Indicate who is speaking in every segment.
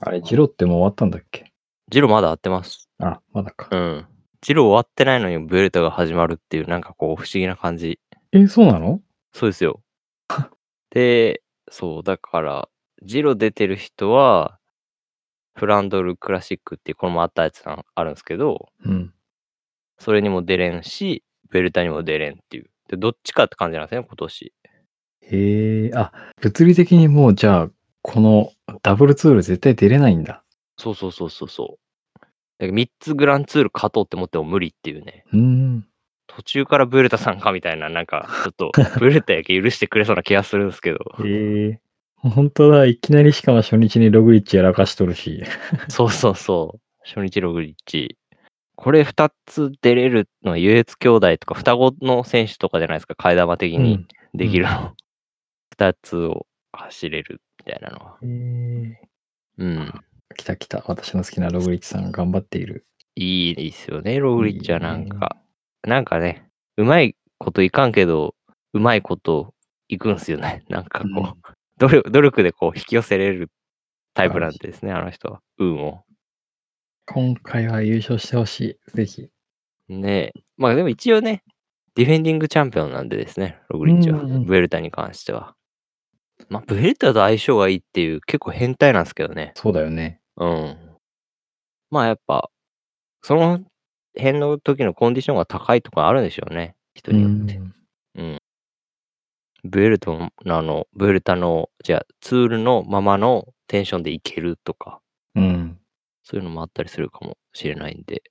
Speaker 1: あれ、ジロってもう終わったんだっけ
Speaker 2: ジロまだ合ってます。
Speaker 1: あ、まだか
Speaker 2: う。ん。ジロ終わってないのにブエルタが始まるっていう、なんかこう、不思議な感じ。
Speaker 1: え、そうなの
Speaker 2: そうですよ。 で、そう、だから、ジロ出てる人は、フランドルクラシックっていう、このもあったやつがあるんですけど、
Speaker 1: うん。
Speaker 2: それにも出れんし、ベルタにも出れんっていう。で、どっちかって感じなんですね、今年。
Speaker 1: へえ、あ、物理的にもうじゃあ、このダブルツール絶対出れないんだ。
Speaker 2: そうそうそうそうそう。だから3つグランツール勝とうって思っても無理っていうね。
Speaker 1: うーん。
Speaker 2: 途中からブエルタさんかみたいな、なんか、ちょっと、 ブエルタやけ許してくれそうな気がするんですけど。
Speaker 1: へえ。本当だ、いきなりしかも初日にログリッチやらかしとるし。
Speaker 2: そうそうそう。初日ログリッチ。これ2つ出れるのは、優越兄弟とか、双子の選手とかじゃないですか、替え玉的にできるの。2つを走れるみたいなのは。
Speaker 1: うん。へえ。
Speaker 2: うん。
Speaker 1: 来た来た、私の好きなログリッチさんが頑張っている。
Speaker 2: いいですよね、ログリッチはなんか。なんかね、うまいこといかんけど、うまいこといくんすよね。 なんかこう、
Speaker 1: うん
Speaker 2: 努力努力でこう引き寄せれるタイプなんですね、あの人は。運を。
Speaker 1: 今回は優勝してほしい。ぜひ。
Speaker 2: ねえ。まあでも一応ね、ディフェンディングチャンピオンなんでですね、ログリッチは。
Speaker 1: うんうんうん
Speaker 2: ブエルタに関しては。まあ、ブエルタと相性がいいっていう結構変態なんですけどね。
Speaker 1: そうだよね。
Speaker 2: うん。まあやっぱ、その辺の時のコンディションが高いとかあるんでしょうね、人によって。
Speaker 1: うん
Speaker 2: ブエルトの、あの、ブエルタの、じゃあツールのままのテンションでいけるとか、
Speaker 1: うん。
Speaker 2: そういうのもあったりするかもしれないんで。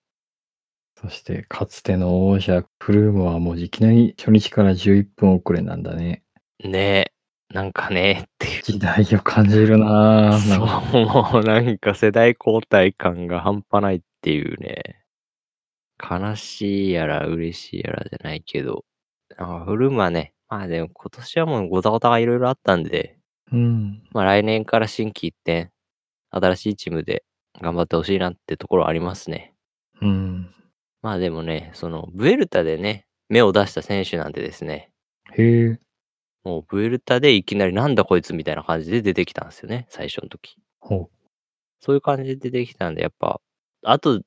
Speaker 1: そして、かつての王者、フルームはもういきなり初日から11分遅れなんだね。
Speaker 2: ねえ、なんかね、っていう。
Speaker 1: 時代を感じるなぁ。なんか
Speaker 2: そう、もうなんか世代交代感が半端ないっていうね。悲しいやら嬉しいやらじゃないけど、なんかフルマね、まあでも今年はもうごたごたがいろいろあったんで、
Speaker 1: うん。
Speaker 2: まあ来年から新規一転、新しいチームで頑張ってほしいなってところありますね。
Speaker 1: うん。
Speaker 2: まあでもね、そのブエルタでね、目を出した選手なんてですね、
Speaker 1: へえ。
Speaker 2: もうブエルタでいきなりなんだこいつみたいな感じで出てきたんですよね、最初の時。
Speaker 1: ほ
Speaker 2: そういう感じでできたんで、やっぱ、あと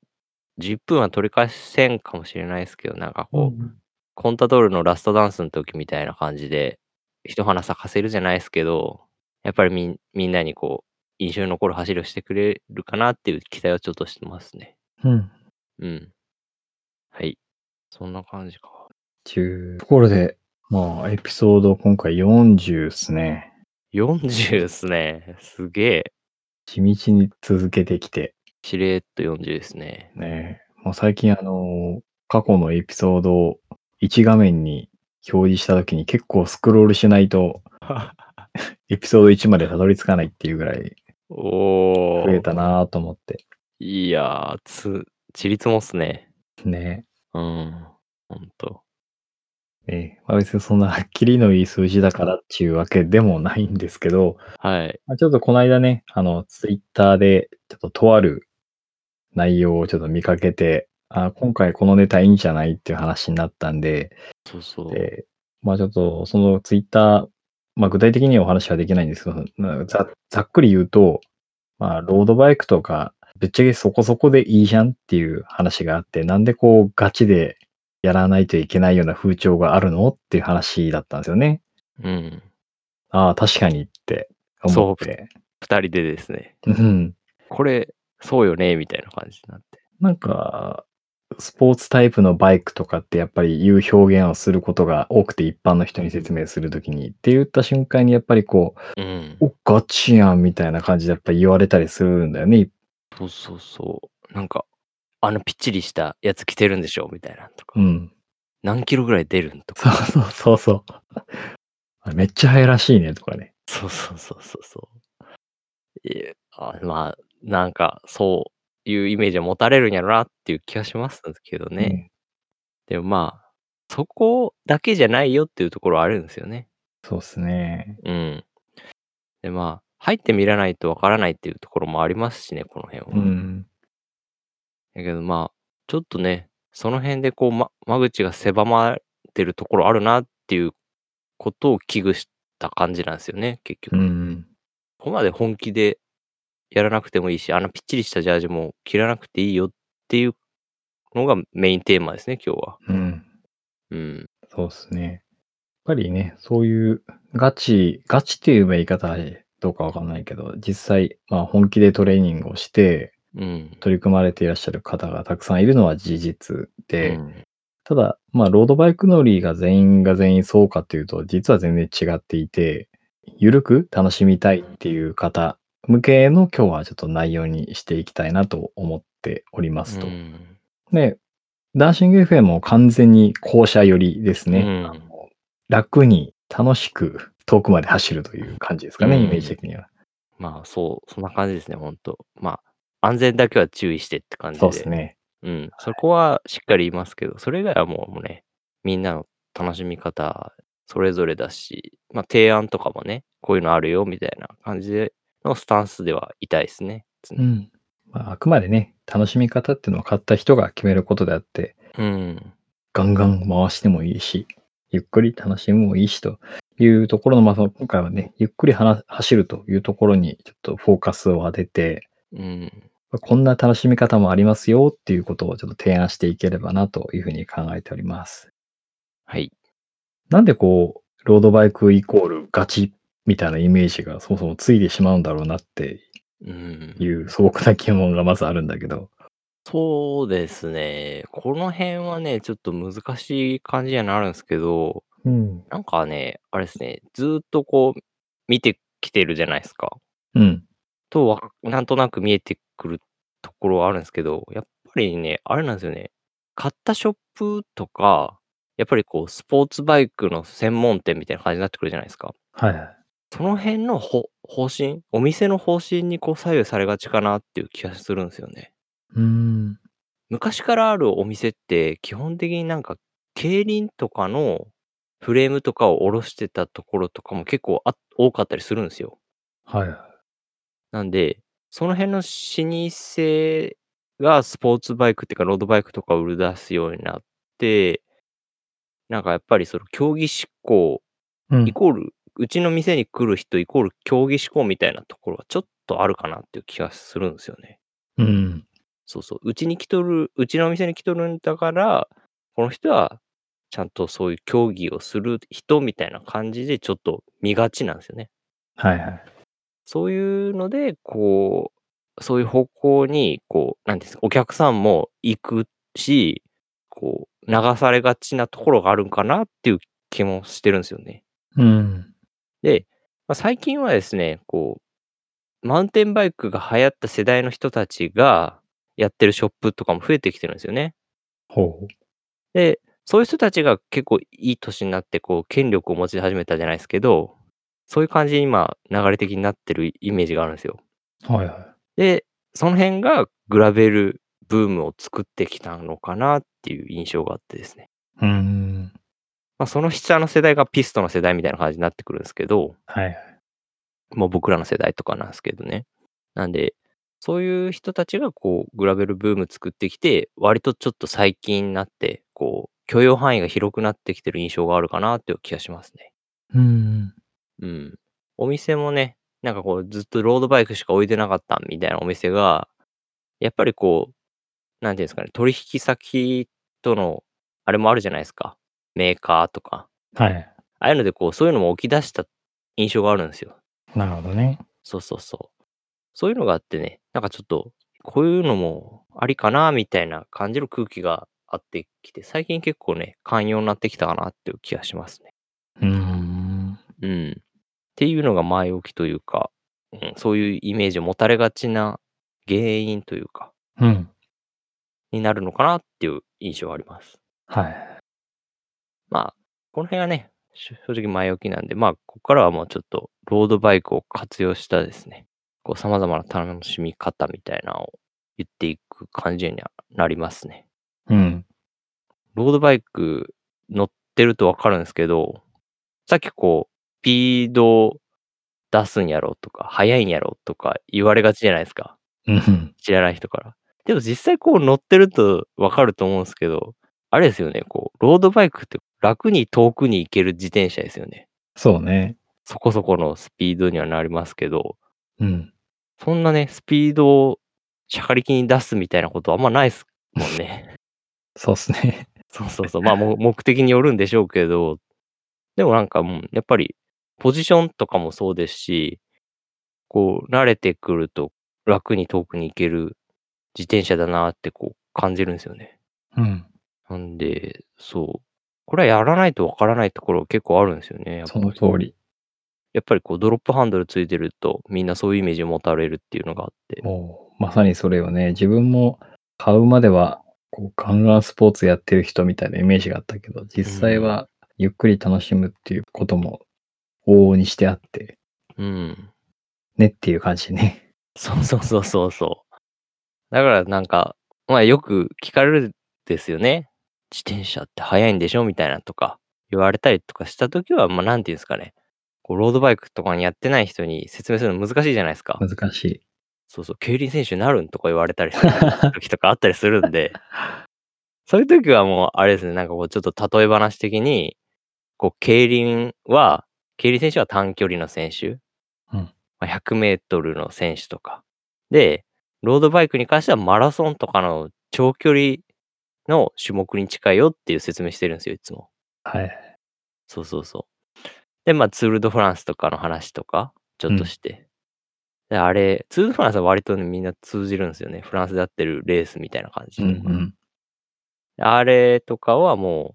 Speaker 2: 10分は取り返せんかもしれないですけど、なんか
Speaker 1: う。
Speaker 2: こう、コンタドールのラストダンスの時みたいな感じで、一花咲かせるじゃないですけど、やっぱりみんみんなにこう、印象に残る走りをしてくれるかなっていう期待をちょっとしてますね。
Speaker 1: うん。
Speaker 2: うん。はい。そんな感じか。
Speaker 1: ちゅうところで、まあ、エピソード今回40っすね。
Speaker 2: 40っすね。すげえ。
Speaker 1: 地道に続けてきて、
Speaker 2: しれっと40ですね。
Speaker 1: ね。もう最近あの、過去のエピソードを1画面に表示した時に結構スクロールしない と、エピソード1までたどり着かないっていうぐらい
Speaker 2: お
Speaker 1: 増え
Speaker 2: ー。
Speaker 1: たなぁと思って。
Speaker 2: いやー、つ、ちりつもっすね。
Speaker 1: ね。
Speaker 2: うん。ほんと。
Speaker 1: ねまあ、別にそんなはっきりのいい数字だからっていうわけでもないんですけど、
Speaker 2: はい。
Speaker 1: まあ、ちょっとこの間ね、あの、ツイッターで、ちょっととある内容をちょっと見かけて、あ今回このネタいいんじゃないっていう話になったんで、
Speaker 2: そうそう。
Speaker 1: でまあちょっとそのツイッター、まあ具体的にはお話はできないんですけど、なざざっくり言うと、まあロードバイクとか、ぶっちゃけそこそこでいいじゃんっていう話があって、なんでこうガチでやらないといけないような風潮があるのっていう話だったんですよね。
Speaker 2: うん。
Speaker 1: ああ、確かにって思って。
Speaker 2: 二人でですね。
Speaker 1: うん。
Speaker 2: これ、そうよね、みたいな感じになって。
Speaker 1: なんか、スポーツタイプのバイクとかってやっぱり言う表現をすることが多くて一般の人に説明するときにって言った瞬間にやっぱりこう、
Speaker 2: うん。
Speaker 1: お、ガチやんみたいな感じでやっぱ言われたりするんだよね。
Speaker 2: そうそうそう。なんか、あのぴっちりしたやつ着てるんでしょみたいなとか。
Speaker 1: うん。
Speaker 2: 何キロぐらい出るんと
Speaker 1: そう
Speaker 2: か。
Speaker 1: そうそうそうあ。めっちゃ早いらしいねとかね。
Speaker 2: そうそうそうそうそう。いやあまあ、なんか、そういうイメージを持たれるんやろなっていう気がしますけどね。でもまあ、そこだけじゃないよっていうところはあるんですよね。
Speaker 1: うん。そうっすね。
Speaker 2: うん。で、まあ、入ってみらないとわからないっていうところもありますしね、この辺は。
Speaker 1: うん。
Speaker 2: だけど、まあ、ちょっとね、その辺でこう、ま、間口が狭まってるところあるなっていうことを危惧した感じなんですよね、結局。
Speaker 1: うん。
Speaker 2: ここまで本気でやらなくてもいいし、あのぴっちりしたジャージも着らなくていいよっていうのがメインテーマですね、今日は。
Speaker 1: うん。
Speaker 2: うん。
Speaker 1: そうですね。やっぱりね、そういうガチ、ガチっていう言い方はどうかわかんないけど、実際、まあ本気でトレーニングをして
Speaker 2: うん。
Speaker 1: 取り組まれていらっしゃる方がたくさんいるのは事実で、
Speaker 2: うん
Speaker 1: ただ、まあロードバイク乗りが全員が全員そうかっていうと、実は全然違っていて、ゆるく楽しみたいっていう方向けの今日はちょっと内容にしていきたいなと思っておりますと。
Speaker 2: うん
Speaker 1: で、ダンシング FM も完全に校舎寄りですね。
Speaker 2: うん
Speaker 1: あの楽に楽しく遠くまで走るという感じですかね、
Speaker 2: うん
Speaker 1: イメージ的には。
Speaker 2: まあそう、そんな感じですね、本当まあ、安全だけは注意してって感じで。
Speaker 1: そうですね。
Speaker 2: うん。そこはしっかり言いますけど、それ以外はもうもうね、みんなの楽しみ方、それぞれだし、まあ提案とかもね、こういうのあるよみたいな感じでのスタンスではいたいですね。常
Speaker 1: う
Speaker 2: に
Speaker 1: ん。まあ、あくまでね、楽しみ方っていうのを買った人が決めることであって、
Speaker 2: うん。
Speaker 1: ガンガン回してもいいし、ゆっくり楽しむもいいしというところの、まあ、その今回はね、ゆっくりはな走るというところにちょっとフォーカスを当てて、
Speaker 2: うん。
Speaker 1: こんな楽しみ方もありますよっていうことをちょっと提案していければなというふうに考えております。
Speaker 2: はい。
Speaker 1: なんでこう、ロードバイクイコールガチみたいなイメージがそもそもついてしまうんだろうなって
Speaker 2: うん。
Speaker 1: いう素朴な疑問がまずあるんだけど。
Speaker 2: そうですね。この辺はね、ちょっと難しい感じにはなるんですけど、
Speaker 1: うん。
Speaker 2: なんかね、あれですね、ずーっとこう、見てきてるじゃないですか。
Speaker 1: うん。
Speaker 2: とわ、なんとなく見えてくるところはあるんですけど、やっぱりね、あれなんですよね。買ったショップとか、やっぱりこう、スポーツバイクの専門店みたいな感じになってくるじゃないですか。
Speaker 1: はいはい。
Speaker 2: その辺のほ方針、お店の方針にこう左右されがちかなっていう気がするんですよね。
Speaker 1: うーん。
Speaker 2: 昔からあるお店って基本的になんか競輪とかのフレームとかを下ろしてたところとかも結構あ多かったりするんですよ。
Speaker 1: はいはい。
Speaker 2: なんで、その辺の老舗がスポーツバイクっていうかロードバイクとかを売り出すようになって、なんかやっぱりその競技志向
Speaker 1: うん
Speaker 2: イコール、うちの店に来る人イコール競技志向みたいなところはちょっとあるかなっていう気がするんですよね。
Speaker 1: うん。
Speaker 2: そうそう。うちに来とる、うちのお店に来とるんだから、この人はちゃんとそういう競技をする人みたいな感じでちょっと見がちなんですよね。
Speaker 1: はいはい。
Speaker 2: そういうので、こう、そういう方向に、こう、なんていうんですか、お客さんも行くし、こう、流されがちなところがあるんかなっていう気もしてるんですよね。
Speaker 1: うん。
Speaker 2: で、まあ、最近はですね、こう、マウンテンバイクが流行った世代の人たちがやってるショップとかも増えてきてるんですよね。
Speaker 1: ほ
Speaker 2: で、そういう人たちが結構いい年になって、こう、権力を持ち始めたじゃないですけど、そういう感じに今、流れ的になってるイメージがあるんですよ。
Speaker 1: う。はいはい。
Speaker 2: で、その辺がグラベルブームを作ってきたのかなっていう印象があってですね。
Speaker 1: うーん。
Speaker 2: まあ、その下の世代がピストの世代みたいな感じになってくるんですけど、
Speaker 1: はいはい。
Speaker 2: もう僕らの世代とかなんですけどね。なんで、そういう人たちがこう、グラベルブーム作ってきて、割とちょっと最近になって、こう、許容範囲が広くなってきてる印象があるかなっていう気がしますね。
Speaker 1: うん。
Speaker 2: うん。お店もね、なんかこう、ずっとロードバイクしか置いてなかったみたいなお店が、やっぱりこう、なんていうんですかね、取引先との、あれもあるじゃないですか。メーカーとか。
Speaker 1: はいはい。
Speaker 2: ああいうので、こう、そういうのも起き出した印象があるんですよ。
Speaker 1: なるほどね。
Speaker 2: そうそうそう。そういうのがあってね、なんかちょっと、こういうのもありかな、みたいな感じる空気があってきて、最近結構ね、寛容になってきたかなっていう気がしますね。
Speaker 1: うーん。
Speaker 2: うん。っていうのが前置きというか、うん、そういうイメージを持たれがちな原因というか、
Speaker 1: うん。
Speaker 2: になるのかなっていう印象があります。
Speaker 1: はい。
Speaker 2: まあ、この辺はね、しょ正直前置きなんで、まあ、ここからはもうちょっと、ロードバイクを活用したですね、こう、様々な楽しみ方みたいなのを言っていく感じにはなりますね。
Speaker 1: うん。
Speaker 2: ロードバイク乗ってるとわかるんですけど、さっきこう、スピード出すんやろとか、速いんやろとか言われがちじゃないですか。
Speaker 1: うん。
Speaker 2: 知らない人から。でも実際こう乗ってるとわかると思うんですけど、あれですよね、こう、ロードバイクって楽に遠くに行ける自転車ですよね。
Speaker 1: そうね。
Speaker 2: そこそこのスピードにはなりますけど、
Speaker 1: うん。
Speaker 2: そんなね、スピードをしゃかりきに出すみたいなことはあんまないですもんね。
Speaker 1: そうですね。
Speaker 2: そうそうそう。まあ、も 目的によるんでしょうけど、でもなんか、うんやっぱり、ポジションとかもそうですし、こう、慣れてくると楽に遠くに行ける自転車だなってこう感じるんですよね。
Speaker 1: うん。
Speaker 2: なんで、そう。これはやらないとわからないところ結構あるんですよね。やっぱ
Speaker 1: その通り。
Speaker 2: やっぱりこうドロップハンドルついてるとみんなそういうイメージを持たれるっていうのがあって。
Speaker 1: もう、まさにそれをね、自分も買うまでは、こう、ガンガンスポーツやってる人みたいなイメージがあったけど、実際はゆっくり楽しむっていうことも往々にしてあって、
Speaker 2: うん。
Speaker 1: ねっていう感じね。
Speaker 2: そうそうそうそうそう。だからなんか、まあよく聞かれるんですよね。自転車って速いんでしょみたいなとか言われたりとかしたときは、まあなんていうんですかね。こうロードバイクとかにやってない人に説明するの難しいじゃないですか。
Speaker 1: 難しい。
Speaker 2: そうそう、競輪選手になるんとか言われたりする時とかあったりするんで、 そういう時はもう、あれですね、なんかこう、ちょっと例え話的に、こう、競輪は、競輪選手は短距離の選手、
Speaker 1: うん
Speaker 2: まあ100メートルの選手とか、で、ロードバイクに関してはマラソンとかの長距離の種目に近いよっていう説明してるんですよ、いつも。
Speaker 1: はい。
Speaker 2: そうそうそう。で、まあ、ツール・ド・フランスとかの話とか、ちょっとして。で、あれ、ツール・ド・フランスは割とね、みんな通じるんですよね。フランスでやってるレースみたいな感じ
Speaker 1: う
Speaker 2: で。
Speaker 1: んうん。
Speaker 2: あれとかはもう、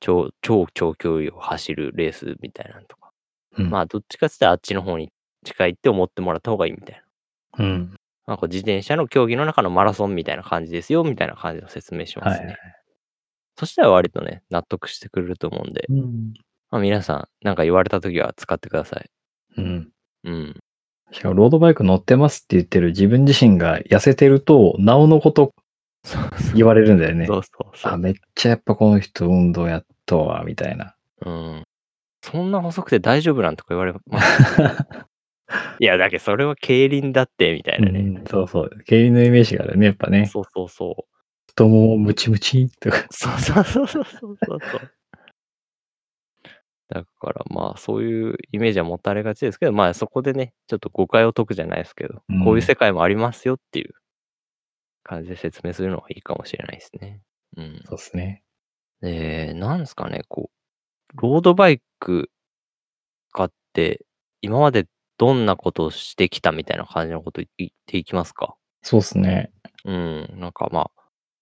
Speaker 2: 超、超長距離を走るレースみたいなのとか。
Speaker 1: うん
Speaker 2: まあ、どっちかって言ったらあっちの方に近いって思ってもらった方がいいみたいな。
Speaker 1: うん。
Speaker 2: なんか自転車の競技の中のマラソンみたいな感じですよ、みたいな感じの説明しますね。
Speaker 1: はい
Speaker 2: そしたら割とね、納得してくれると思うんで、
Speaker 1: うん。
Speaker 2: まあ、皆さん、なんか言われた時は使ってください。
Speaker 1: うん。
Speaker 2: うん。
Speaker 1: しかも、ロードバイク乗ってますって言ってる自分自身が痩せてると、なおのこと
Speaker 2: そう
Speaker 1: 言われるんだよね。
Speaker 2: そうそうそ
Speaker 1: あ、
Speaker 2: う。
Speaker 1: めっちゃやっぱこの人運動やっとわ、みたいな。
Speaker 2: うん。そんな細くて大丈夫なんとか言われます。 いや、だけどそれは競輪だって、みたいなね。
Speaker 1: うんそうそう。競輪のイメージがあるね、やっぱね。
Speaker 2: そうそうそう。
Speaker 1: 太ももムチムチとか。
Speaker 2: そうそうそうそうそうそうそう。だからまあそういうイメージは持たれがちですけど、まあそこでね、ちょっと誤解を解くじゃないですけど、
Speaker 1: うん
Speaker 2: こういう世界もありますよっていう感じで説明するのがいいかもしれないですね。うん。
Speaker 1: そうですね。
Speaker 2: えー、なんですかね、こう、ロードバイク使って、今までどんなことをしてきたみたいな感じのこと言っていきますか
Speaker 1: そうですね。
Speaker 2: うん、なんかまあ、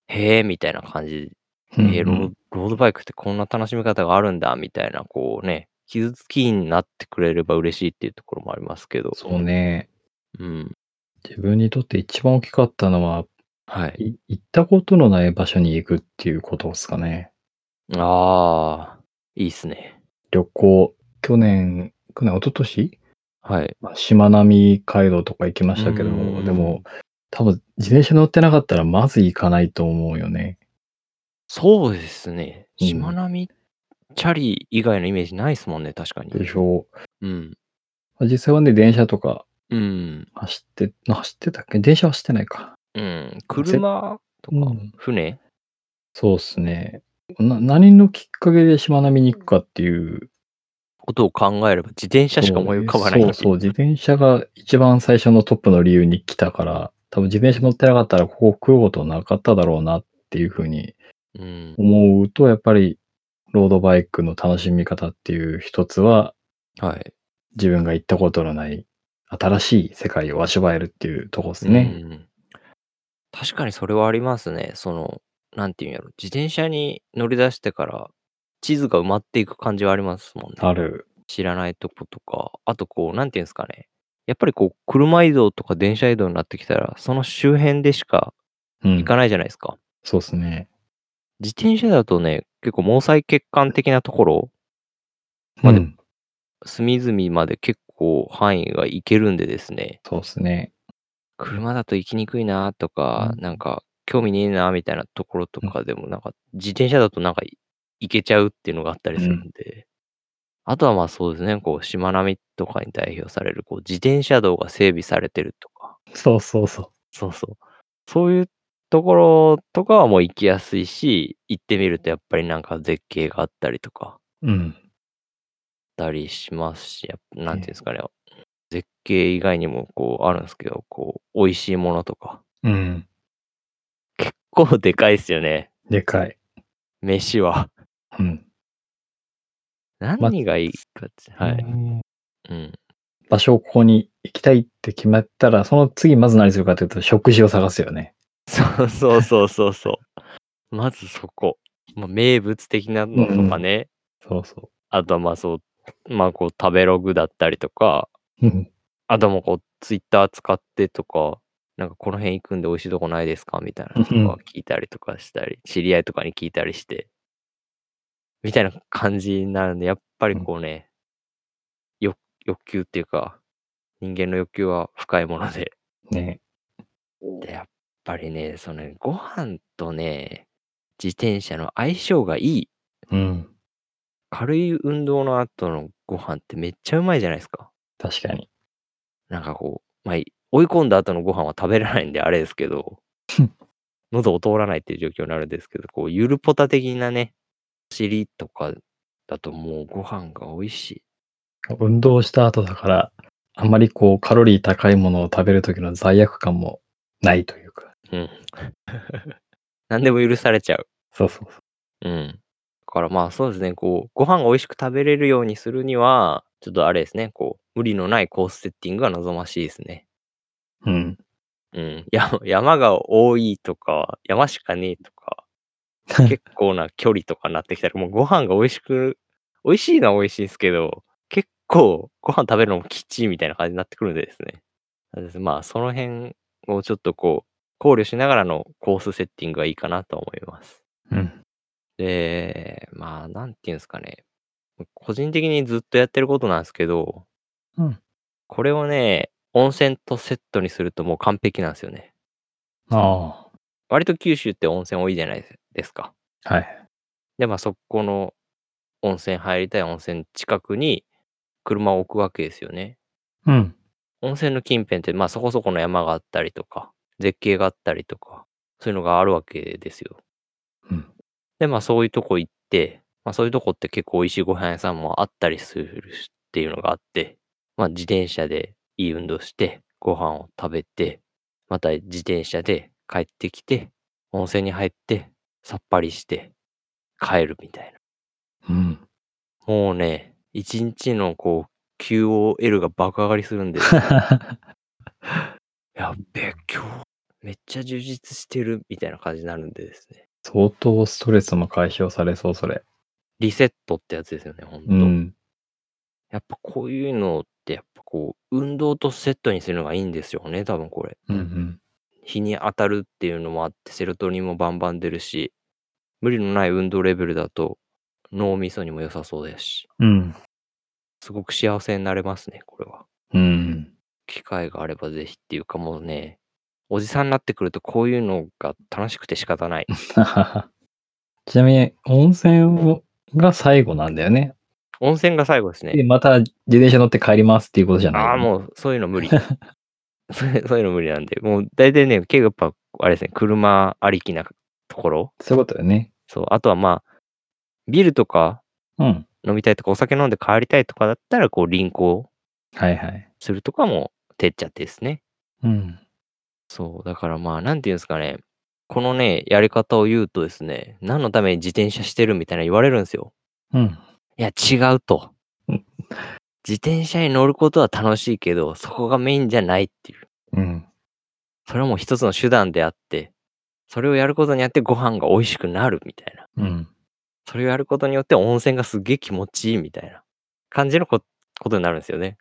Speaker 2: へえ、みたいな感じ
Speaker 1: う
Speaker 2: で、
Speaker 1: ん
Speaker 2: えーローロードバイクってこんな楽しみ方があるんだ、みたいな、こうね、傷つきになってくれれば嬉しいっていうところもありますけど、
Speaker 1: そうね。
Speaker 2: うん、
Speaker 1: 自分にとって一番大きかったのは、
Speaker 2: はい。
Speaker 1: い行ったことのない場所に行くっていうことですかね。
Speaker 2: ああ、いいっすね。
Speaker 1: 旅行、去年、去年、一昨年
Speaker 2: はい。
Speaker 1: まあ、しまなみ海道とか行きましたけど、
Speaker 2: うん
Speaker 1: でも、多分自転車乗ってなかったらまず行かないと思うよね。
Speaker 2: そうですね。
Speaker 1: うん
Speaker 2: しまなみ、チャリ以外のイメージないっすもんね、確かに。
Speaker 1: でしょ
Speaker 2: うん。
Speaker 1: う。実際はね、電車とか
Speaker 2: うん。
Speaker 1: 走って、走ってたっけ電車は走ってないか。
Speaker 2: うん。車とか、
Speaker 1: うん
Speaker 2: 船
Speaker 1: そうですね。な何のきっかけでしまなみに行くかっていう。
Speaker 2: ことを考えれば自転車しか思い浮かばない。
Speaker 1: そうそう、自転車が一番最初のトップの理由に来たから、多分自転車乗ってなかったらここ来ることなかっただろうなっていうふうに
Speaker 2: うん。
Speaker 1: 思うと、やっぱりロードバイクの楽しみ方っていう一つは、
Speaker 2: はい。
Speaker 1: 自分が行ったことのない新しい世界を味わえるっていうとこですね。
Speaker 2: うん。確かにそれはありますね。その、なんていうんやろ。自転車に乗り出してから、地図が埋まっていく感じはありますもんね。
Speaker 1: ある。
Speaker 2: 知らないとことか、あとこう、なんていうんですかね。やっぱりこう、車移動とか電車移動になってきたら、その周辺でしか
Speaker 1: うん
Speaker 2: 行かないじゃないですか。
Speaker 1: そうですね。
Speaker 2: 自転車だとね、結構毛細血管的なところ、まあでも
Speaker 1: うん
Speaker 2: 隅々まで結構範囲がいけるんでですね、
Speaker 1: そうですね。
Speaker 2: 車だと行きにくいなとか、
Speaker 1: うん
Speaker 2: なんか興味ねえなみたいなところとかでも、なんか自転車だとなんかい行けちゃうっていうのがあったりするんで、あとはまあそうですね、こう、しまなみとかに代表される、こう、自転車道が整備されてるとか、
Speaker 1: そうそうそ
Speaker 2: そうそう。そういうところとかはもう行きやすいし、行ってみるとやっぱりなんか絶景があったりとか、
Speaker 1: う。うん。
Speaker 2: ったりしますし、やっぱなんていうんですかね、絶景以外にもこうあるんですけど、こう、美味しいものとか。
Speaker 1: うん。
Speaker 2: 結構でかいっすよね、
Speaker 1: でかい。
Speaker 2: 飯は。
Speaker 1: うん。
Speaker 2: 何がいいかって、は
Speaker 1: う
Speaker 2: い。
Speaker 1: ん
Speaker 2: うん。
Speaker 1: 場所をここに行きたいって決まったら、その次まず何するかというと、食事を探すよね。
Speaker 2: そう そうそうそうそう。まずそこ。まあ、名物的なのとかね。
Speaker 1: そうそ
Speaker 2: あとはまあそう、まあこう食べログだったりとか、
Speaker 1: う。うん。
Speaker 2: あとはもうこうツイッター使ってとか、なんかこの辺行くんで美味しいとこないですかみたいなのとか
Speaker 1: うん
Speaker 2: 聞いたりとかしたり、知り合いとかに聞いたりして、みたいな感じになるんで、やっぱりこうね、欲欲求っていうか、人間の欲求は深いもので、
Speaker 1: ね。
Speaker 2: で、やっぱりね、そのご飯とね、自転車の相性がいい、
Speaker 1: うん。
Speaker 2: 軽い運動の後のご飯ってめっちゃうまいじゃないですか。
Speaker 1: 確かに。
Speaker 2: なんかこう、まあ、追い込んだ後のご飯は食べれないんであれですけど、喉を通らないっていう状況になるんですけど、こう、ゆるポタ的なね、尻とかだともうご飯が美味しい。
Speaker 1: 運動した後だから、あんまりこう、カロリー高いものを食べるときの罪悪感もないというか。
Speaker 2: うん。何でも許されちゃう。
Speaker 1: そうそうそう。
Speaker 2: うん。だからまあそうですね、こう、ご飯が美味しく食べれるようにするには、ちょっとあれですね、こう、無理のないコースセッティングが望ましいですね。
Speaker 1: うん。
Speaker 2: うん。や山が多いとか、山しかねえとか、 結構な距離とかになってきたら、もうご飯が美味しく、美味しいのは美味しいんですけど、結構ご飯食べるのもきっちりみたいな感じになってくるんでですね。なんですまあその辺をちょっとこう、考慮しながらのコースセッティングがいいかなと思います。
Speaker 1: うん。
Speaker 2: で、まあ、なんていうんですかね。個人的にずっとやってることなんですけど、
Speaker 1: うん
Speaker 2: これをね、温泉とセットにするともう完璧なんですよね。
Speaker 1: あ
Speaker 2: 割と九州って温泉多いじゃないですか。
Speaker 1: あ。はい。
Speaker 2: で、まあ、そこの温泉入りたい温泉近くに車を置くわけですよね。
Speaker 1: うん。
Speaker 2: 温泉の近辺って、まあ、そこそこの山があったりとか、絶景があったりとか、そういうのがあるわけですよ。
Speaker 1: うん。
Speaker 2: で、まあそういうとこ行って、まあそういうとこって結構美味しいご飯屋さんもあったりするしっていうのがあって、まあ自転車でいい運動して、ご飯を食べて、また自転車で帰ってきて、温泉に入って、さっぱりして、帰るみたいな。
Speaker 1: うん。
Speaker 2: もうね、一日のこう、QOL が爆上がりす るんですよ。やっべ、今日、めっちゃ充実してるみたいな感じになるんでですね。
Speaker 1: 相当ストレスも解消されそう、それ。
Speaker 2: リセットってやつですよね、ほんと。
Speaker 1: うん。
Speaker 2: やっぱこういうのって、やっぱこう、運動とセットにするのがいいんですよね、多分これ。
Speaker 1: うんうん。
Speaker 2: 日に当たるっていうのもあって、セロトニンもバンバン出るし、無理のない運動レベルだと、脳みそにも良さそうですし、
Speaker 1: うん。
Speaker 2: すごく幸せになれますね、これは。
Speaker 1: うん。
Speaker 2: 機会があればぜひっていうか、もうね、おじさんになってくるとこういうのが楽しくて仕方ない。
Speaker 1: ちなみに、温泉が最後なんだよね。
Speaker 2: 温泉が最後です
Speaker 1: で、
Speaker 2: ね。
Speaker 1: また自転車乗って帰りますっていうことじゃない、
Speaker 2: ああ、もうそういうの無理。 それそういうの無理なんで、もう大体ね、結構やっぱ、あれですね、車ありきなところ
Speaker 1: そういうことよね。
Speaker 2: そう、あとはまあ、ビールとか
Speaker 1: うん。
Speaker 2: 飲みたいとか、お酒飲んで帰りたいとかだったら、こう、輪行
Speaker 1: はいはい。
Speaker 2: するとかも、てっちゃってですね。
Speaker 1: うん。
Speaker 2: そう、だからまあ、なんていうんですかね、このね、やり方を言うとですね、何のために自転車してるみたいな言われるんですよ。
Speaker 1: うん。
Speaker 2: いや、違うと
Speaker 1: うん。
Speaker 2: 自転車に乗ることは楽しいけど、そこがメインじゃないっていう。
Speaker 1: うん。
Speaker 2: それはもう一つの手段であって、それをやることによってご飯が美味しくなるみたいな。
Speaker 1: うん。
Speaker 2: それをやることによって温泉がすげえ気持ちいいみたいな感じのこことになるんですよね。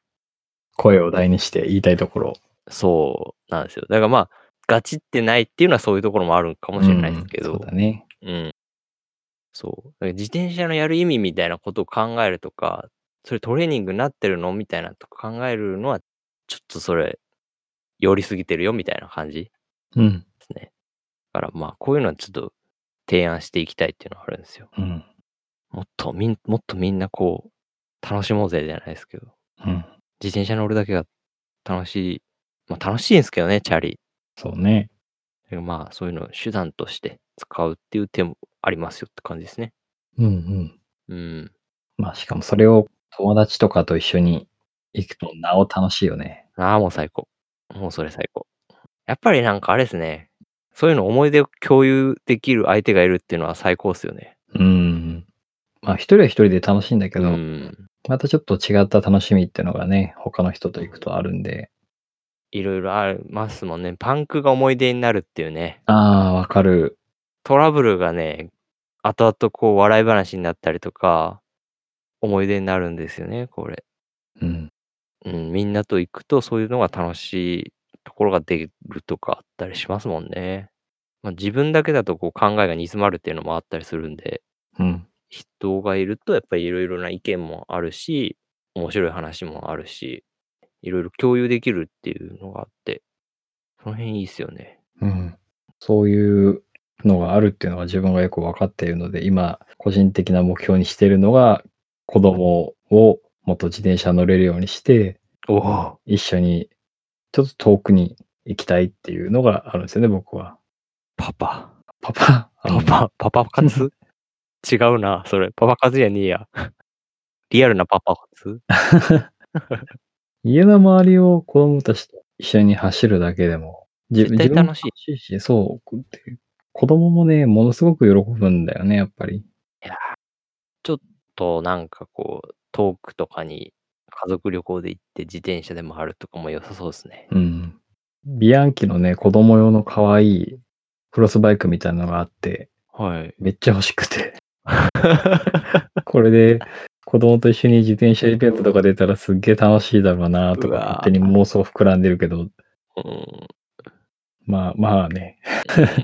Speaker 1: 声を大にして言いたいところ。
Speaker 2: そうなんですよ。だからまあ、ガチってないっていうのはそういうところもあるかもしれないですけど、
Speaker 1: うんそうだね。
Speaker 2: うん。そう。だから自転車のやる意味みたいなことを考えるとか、それトレーニングになってるのみたいなとこ考えるのは、ちょっとそれ、寄りすぎてるよみたいな感じで
Speaker 1: うん。
Speaker 2: すね。だからまあ、こういうのはちょっと提案していきたいっていうのはあるんですよ。
Speaker 1: うん。
Speaker 2: もっとみん、もっとみんなこう、楽しもうぜじゃないですけど、
Speaker 1: うん。
Speaker 2: 自転車乗るだけが楽しい、まあ楽しいんですけどね、チャリ。
Speaker 1: そうね。
Speaker 2: だけどまあそういうのを手段として使うっていう手もありますよって感じですね。
Speaker 1: うんうん。
Speaker 2: うん。
Speaker 1: まあ、しかもそれを友達とかと一緒に行くとなお楽しいよね。
Speaker 2: ああ、もう最高。もうそれ最高。やっぱりなんかあれですね。そういうの思い出を共有できる相手がいるっていうのは最高っすよね。
Speaker 1: うーん。まあ、一人は一人で楽しいんだけ
Speaker 2: う
Speaker 1: ど、
Speaker 2: ん。
Speaker 1: またちょっと違った楽しみってのがね、他の人と行くとあるんで。
Speaker 2: いろいろありますもんね。パンクが思い出になるっていうね。
Speaker 1: ああ、わかる。
Speaker 2: トラブルがね、後々こう笑い話になったりとか、思い出になるんですよね、これ。
Speaker 1: うん。
Speaker 2: うん、みんなと行くとそういうのが楽しいところが出るとかあったりしますもんね。まあ、自分だけだとこう考えが煮詰まるっていうのもあったりするんで、
Speaker 1: うん。
Speaker 2: 人がいるとやっぱりいろいろな意見もあるし、面白い話もあるし、いろいろ共有できるっていうのがあって、その辺いいっすよね。
Speaker 1: うん。そういうのがあるっていうのは自分がよく分かっているので、今、個人的な目標にしているのが、子供をもっと自転車乗れるようにして、
Speaker 2: おお。
Speaker 1: 一緒にちょっと遠くに行きたいっていうのがあるんですよね、僕は。
Speaker 2: パパ。
Speaker 1: パパ、あの
Speaker 2: パパ、パパ 活違うな、それ。パパ活やねえや。リアルなパパ活
Speaker 1: 家の周りを子供たちと一緒に走るだけでも、じ
Speaker 2: 絶対
Speaker 1: 自分も
Speaker 2: 楽しい
Speaker 1: しいし、そうで子供もね、ものすごく喜ぶんだよね、やっぱり。
Speaker 2: ちょっとなんかこう、遠くとかに家族旅行で行って自転車で回るとかも良さそうですね。
Speaker 1: うん。ビアンキのね、子供用の可愛いクロスバイクみたいなのがあって、
Speaker 2: はい。
Speaker 1: めっちゃ欲しく て。これで子供と一緒に自転車イベントとか出たらすっげえ楽しいだろうなと
Speaker 2: う
Speaker 1: か
Speaker 2: わー
Speaker 1: 勝手に妄想膨らんでるけど、
Speaker 2: うん、
Speaker 1: まあまあね、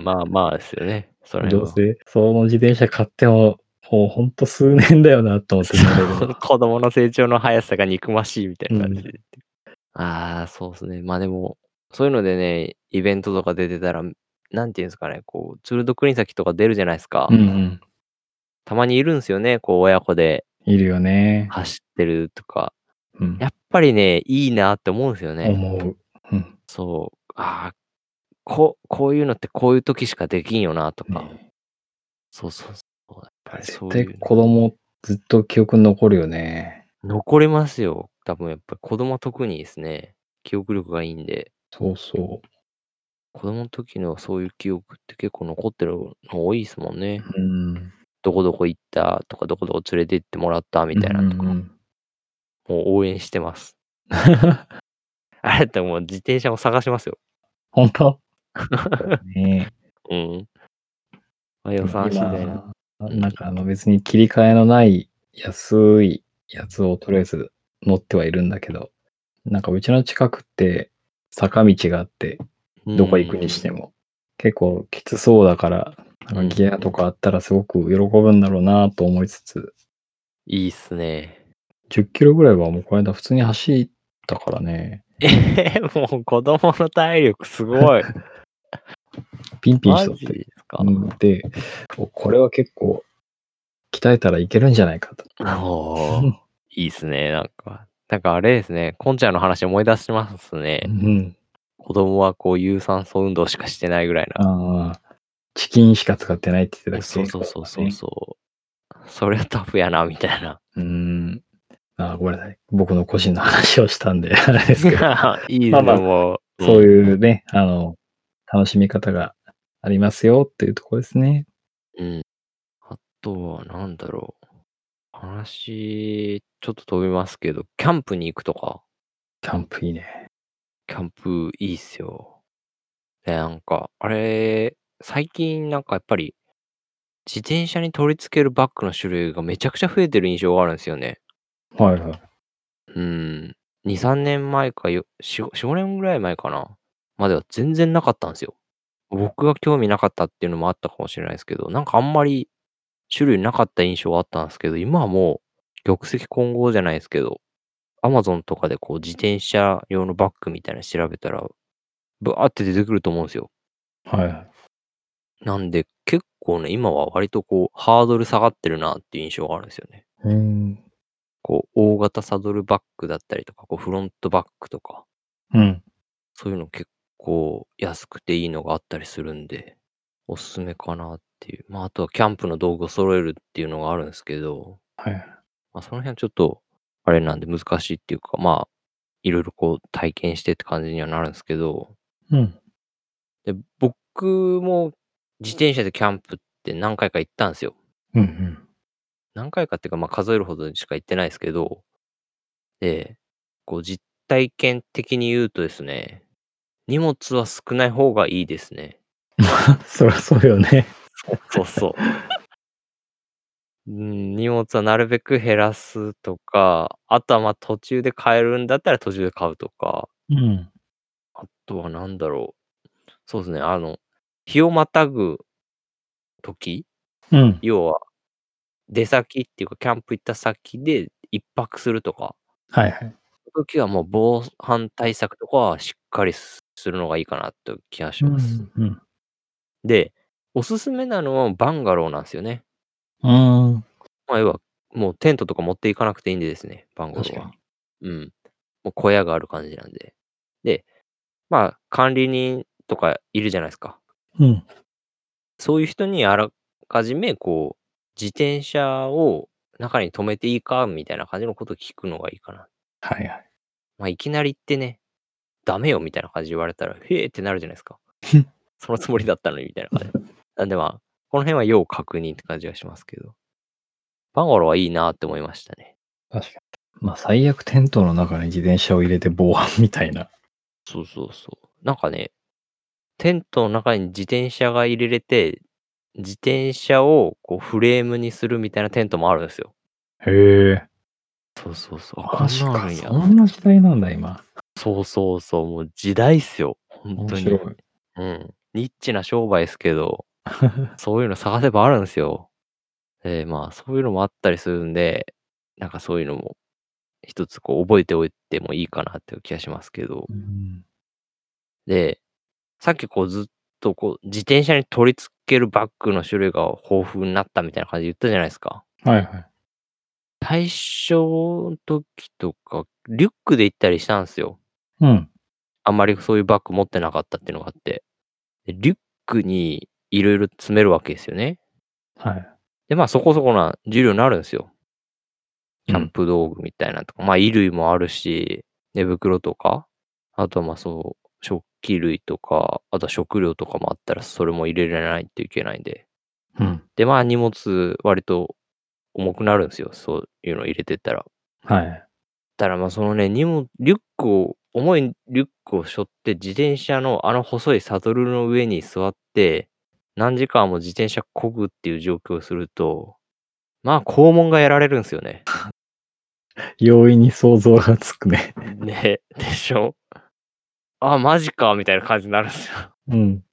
Speaker 2: まあまあですよね。それ
Speaker 1: ど
Speaker 2: は
Speaker 1: う。せその自転車買ってももうほんと数年だよなと思って乗れるの
Speaker 2: そう 子供の成長の速さが憎ましいみたいな感じで。
Speaker 1: う
Speaker 2: ああ、そうですね。まあでも、そういうのでね、イベントとか出てたら、なんていうんですかね、こう、ツールドクリン先とか出るじゃないですか。
Speaker 1: うんうん。
Speaker 2: たまにいるんですよね、こう、親子で
Speaker 1: いるよね。
Speaker 2: 走ってるとか。
Speaker 1: うん
Speaker 2: やっぱりね、いいなって思うんですよね。
Speaker 1: 思う。うん
Speaker 2: そう。ああ、ここういうのってこういう時しかできんよなとか。
Speaker 1: ね
Speaker 2: そうそうそう。やっぱりそ
Speaker 1: 絶
Speaker 2: う
Speaker 1: 対
Speaker 2: いうの
Speaker 1: 子供ずっと記憶に残るよね。
Speaker 2: 残りますよ。多分やっぱり子供は特にですね、記憶力がいいんで、
Speaker 1: そうそ
Speaker 2: 子供の時のそういう記憶って結構残ってるの多いですもんね。
Speaker 1: う。うん。
Speaker 2: どこどこ行ったとか、どこどこ連れて行ってもらったみたいなとか、
Speaker 1: うんう
Speaker 2: もうん応援してます。
Speaker 1: うん。
Speaker 2: あれだってもう自転車も探しますよ。
Speaker 1: 本 当ね
Speaker 2: うん。まあ、
Speaker 1: え
Speaker 2: 予算次第な。
Speaker 1: 今なんかあの別に切り替えのない安いやつをとりあえず乗ってはいるんだけど、なんかうちの近くって坂道があって、どこ行くにして
Speaker 2: も。
Speaker 1: も、結構きつそうだから、なんかギアとかあったらすごく喜ぶんだろうなと思いつつ、
Speaker 2: いいっすね。
Speaker 1: 10キロぐらいはもうこの間普通に走ったからね、
Speaker 2: えへへもう子供の体力すごい。
Speaker 1: ピ ンピン
Speaker 2: マ
Speaker 1: し
Speaker 2: ジ
Speaker 1: とっ
Speaker 2: で
Speaker 1: て。
Speaker 2: すか、
Speaker 1: うんで、おこれは結構鍛えたらいけるんじゃないかと。
Speaker 2: おーいいっすね、なんか。なんかあれですね、こんちゃんの話思い出します
Speaker 1: う
Speaker 2: ね。
Speaker 1: ん
Speaker 2: 子供はこう有酸素運動しかしてないぐらいな。
Speaker 1: ああ、チキンしか使ってないって言ってたっけ
Speaker 2: そうそうそうそうそう。それはタフやな、みたいな。
Speaker 1: う。うん。あーごめんなさい。僕の個人の話をしたんで、あれですけど、
Speaker 2: いいですね、
Speaker 1: まあまあ
Speaker 2: もう。
Speaker 1: そう
Speaker 2: うん。
Speaker 1: いうね、あの、楽しみ方がありますよっていうところですね。
Speaker 2: うん。あとは、なんだろう。話、ちょっと飛びますけど、キャンプに行くとか。
Speaker 1: キャンプいいね。
Speaker 2: キャンプいいっすよ。で、なんか、あれ、最近なんかやっぱり、自転車に取り付けるバッグの種類がめちゃくちゃ増えてる印象があるんですよね。
Speaker 1: はいはい。
Speaker 2: うん。2、3年前かよ、4、4 5年ぐらい前かな。までは全然なかったんですよ。僕が興味なかったっていうのもあったかもしれないですけど、なんかあんまり種類なかった印象はあったんですけど、今はもう玉石混合じゃないですけど、Amazon とかでこう自転車用のバッグみたいなの調べたら、ブワーって出てくると思うんですよ。
Speaker 1: はいはい。
Speaker 2: なんで結構ね、今は割とこうハードル下がってるなっていう印象があるんですよね。
Speaker 1: うん。
Speaker 2: こう大型サドルバッグだったりとか、こうフロントバッグとか、
Speaker 1: うん。
Speaker 2: そういうの結構安くていいのがあったりするんで、おすすめかなっていう。まあ、あとはキャンプの道具を揃えるっていうのがあるんですけど、
Speaker 1: はい。
Speaker 2: まあ、その辺はちょっと、あれなんで難しいっていうか、まあ、いろいろこう体験してって感じにはなるんですけど、
Speaker 1: うん。
Speaker 2: で、僕も自転車でキャンプって何回か行ったんですよ。
Speaker 1: うんうん。
Speaker 2: 何回かっていうか、まあ、数えるほどしか行ってないですけど、で、こう実体験的に言うとですね、荷物は少ない方がいいですね。
Speaker 1: そりゃそうよね。
Speaker 2: そう そうそう。うん、荷物はなるべく減らすとか、あとはまあ途中で買えるんだったら途中で買うとか、
Speaker 1: うん。
Speaker 2: あとは何だろう。そうですね、あの、日をまたぐ時
Speaker 1: うん。
Speaker 2: 要は出先っていうか、キャンプ行った先で一泊するとか、
Speaker 1: はいはい。
Speaker 2: 時はもう防犯対策とかはしっかりするのがいいかなという気がし
Speaker 1: う
Speaker 2: ます。
Speaker 1: んうん。
Speaker 2: で、おすすめなのはバンガローなんですよね。
Speaker 1: うん。
Speaker 2: まあ、要は、もうテントとか持っていかなくていいんでですね、バンガロ
Speaker 1: 確
Speaker 2: ー
Speaker 1: か
Speaker 2: は。うん。もう小屋がある感じなんで。で、まあ、管理人とかいるじゃないですか。
Speaker 1: に。うん。
Speaker 2: そういう人にあらかじめ、こう、自転車を中に止めていいかみたいな感じのことを聞くのがいいかな。
Speaker 1: はいはい。
Speaker 2: まあ、いきなり行ってね、ダメよみたいな感じで言われたら、へえってなるじゃないで すか。そのつもりだったのにみたいな感じ。なんでまあ、この辺は要確認って感じがしますけど。バンガローはいいなって思いましたね。
Speaker 1: 確かに。まあ最悪テントの中に自転車を入れて防犯みたいな。
Speaker 2: そうそうそう。なんかね、テントの中に自転車が入れれて、自転車をこうフレームにするみたいなテントもあるんですよ。
Speaker 1: へえ。
Speaker 2: そうそうそう。
Speaker 1: マジ
Speaker 2: こんなの
Speaker 1: か。
Speaker 2: あるんや
Speaker 1: そんな時代なんだ、今。
Speaker 2: そうそうそう。もう時代っすよ。本当
Speaker 1: 面
Speaker 2: に。
Speaker 1: 白い。
Speaker 2: うん。ニッチな商売ですけ ど、そういうの探せばあるんですよ。えまあ、そういうのもあったりするんで、なんかそういうのも一つこう覚えておいてもいいかなっていう気がしますけど。
Speaker 1: うん
Speaker 2: で、さっきこうずっとこう自転車に取り付けるバッグの種類が豊富になったみたいな感じで言ったじゃないですか。
Speaker 1: はいはい。
Speaker 2: 最初の時とか、リュックで行ったりしたんですよ。
Speaker 1: うん。
Speaker 2: あんまりそういうバッグ持ってなかったっていうのがあって。でリュックにいろいろ詰めるわけですよね。
Speaker 1: はい。
Speaker 2: で、まあそこそこな重量になるんですよ。キャ
Speaker 1: う
Speaker 2: ン
Speaker 1: ん
Speaker 2: プ道具みたいなとか、まあ衣類もあるし、寝袋とか、あとはまあそう、食器類とか、あとは食料とかもあったらそれも入れられないといけないんで。
Speaker 1: うん。
Speaker 2: で、まあ荷物割と重くなるんですよ。そういうの入れてったら。
Speaker 1: はい。
Speaker 2: たらまあそのね、荷物、リュックを、重いリュックを背負って自転車のあの細いサドルの上に座って、何時間も自転車こぐっていう状況をすると、まあ肛門がやられるんですよね。
Speaker 1: 容易に想像がつくね。
Speaker 2: ねでしょあ、マジかみたいな感じになるんですよ。
Speaker 1: うん。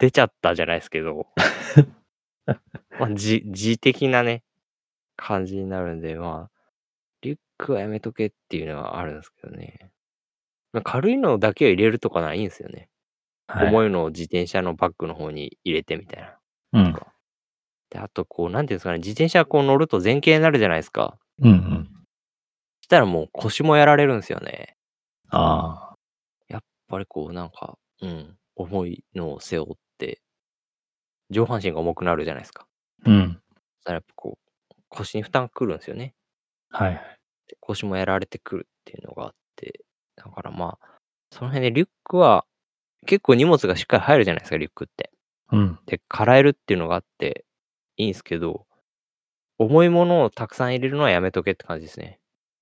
Speaker 2: 出ちゃったじゃないです けど。まあ、自、自的なね、感じになるんで、まあ、リュックはやめとけっていうのはあるんですけどね。まあ、軽いのだけを入れるとかならいいんですよね。
Speaker 1: はい。
Speaker 2: 重いのを自転車のバッグの方に入れてみたいな。
Speaker 1: うん。
Speaker 2: で、あと、こう、なんていうんですかね、自転車こう乗ると前傾になるじゃないですか。
Speaker 1: うんうん。
Speaker 2: したらもう腰もやられるんですよね。
Speaker 1: ああ。
Speaker 2: やっぱりこう、なんか、うん、重いのを背負って、上半身が重くなるじゃないですか。
Speaker 1: うん。
Speaker 2: だからやっぱこう、腰に負担がくるんですよね。
Speaker 1: はいはい。
Speaker 2: で腰もやられてくるっていうのがあって、だからまあ、その辺でリュックは、結構荷物がしっかり入るじゃないですか、リュックって。
Speaker 1: うん。
Speaker 2: で、からえるっていうのがあって、いいんですけど、重いものをたくさん入れるのはやめとけって感じですね。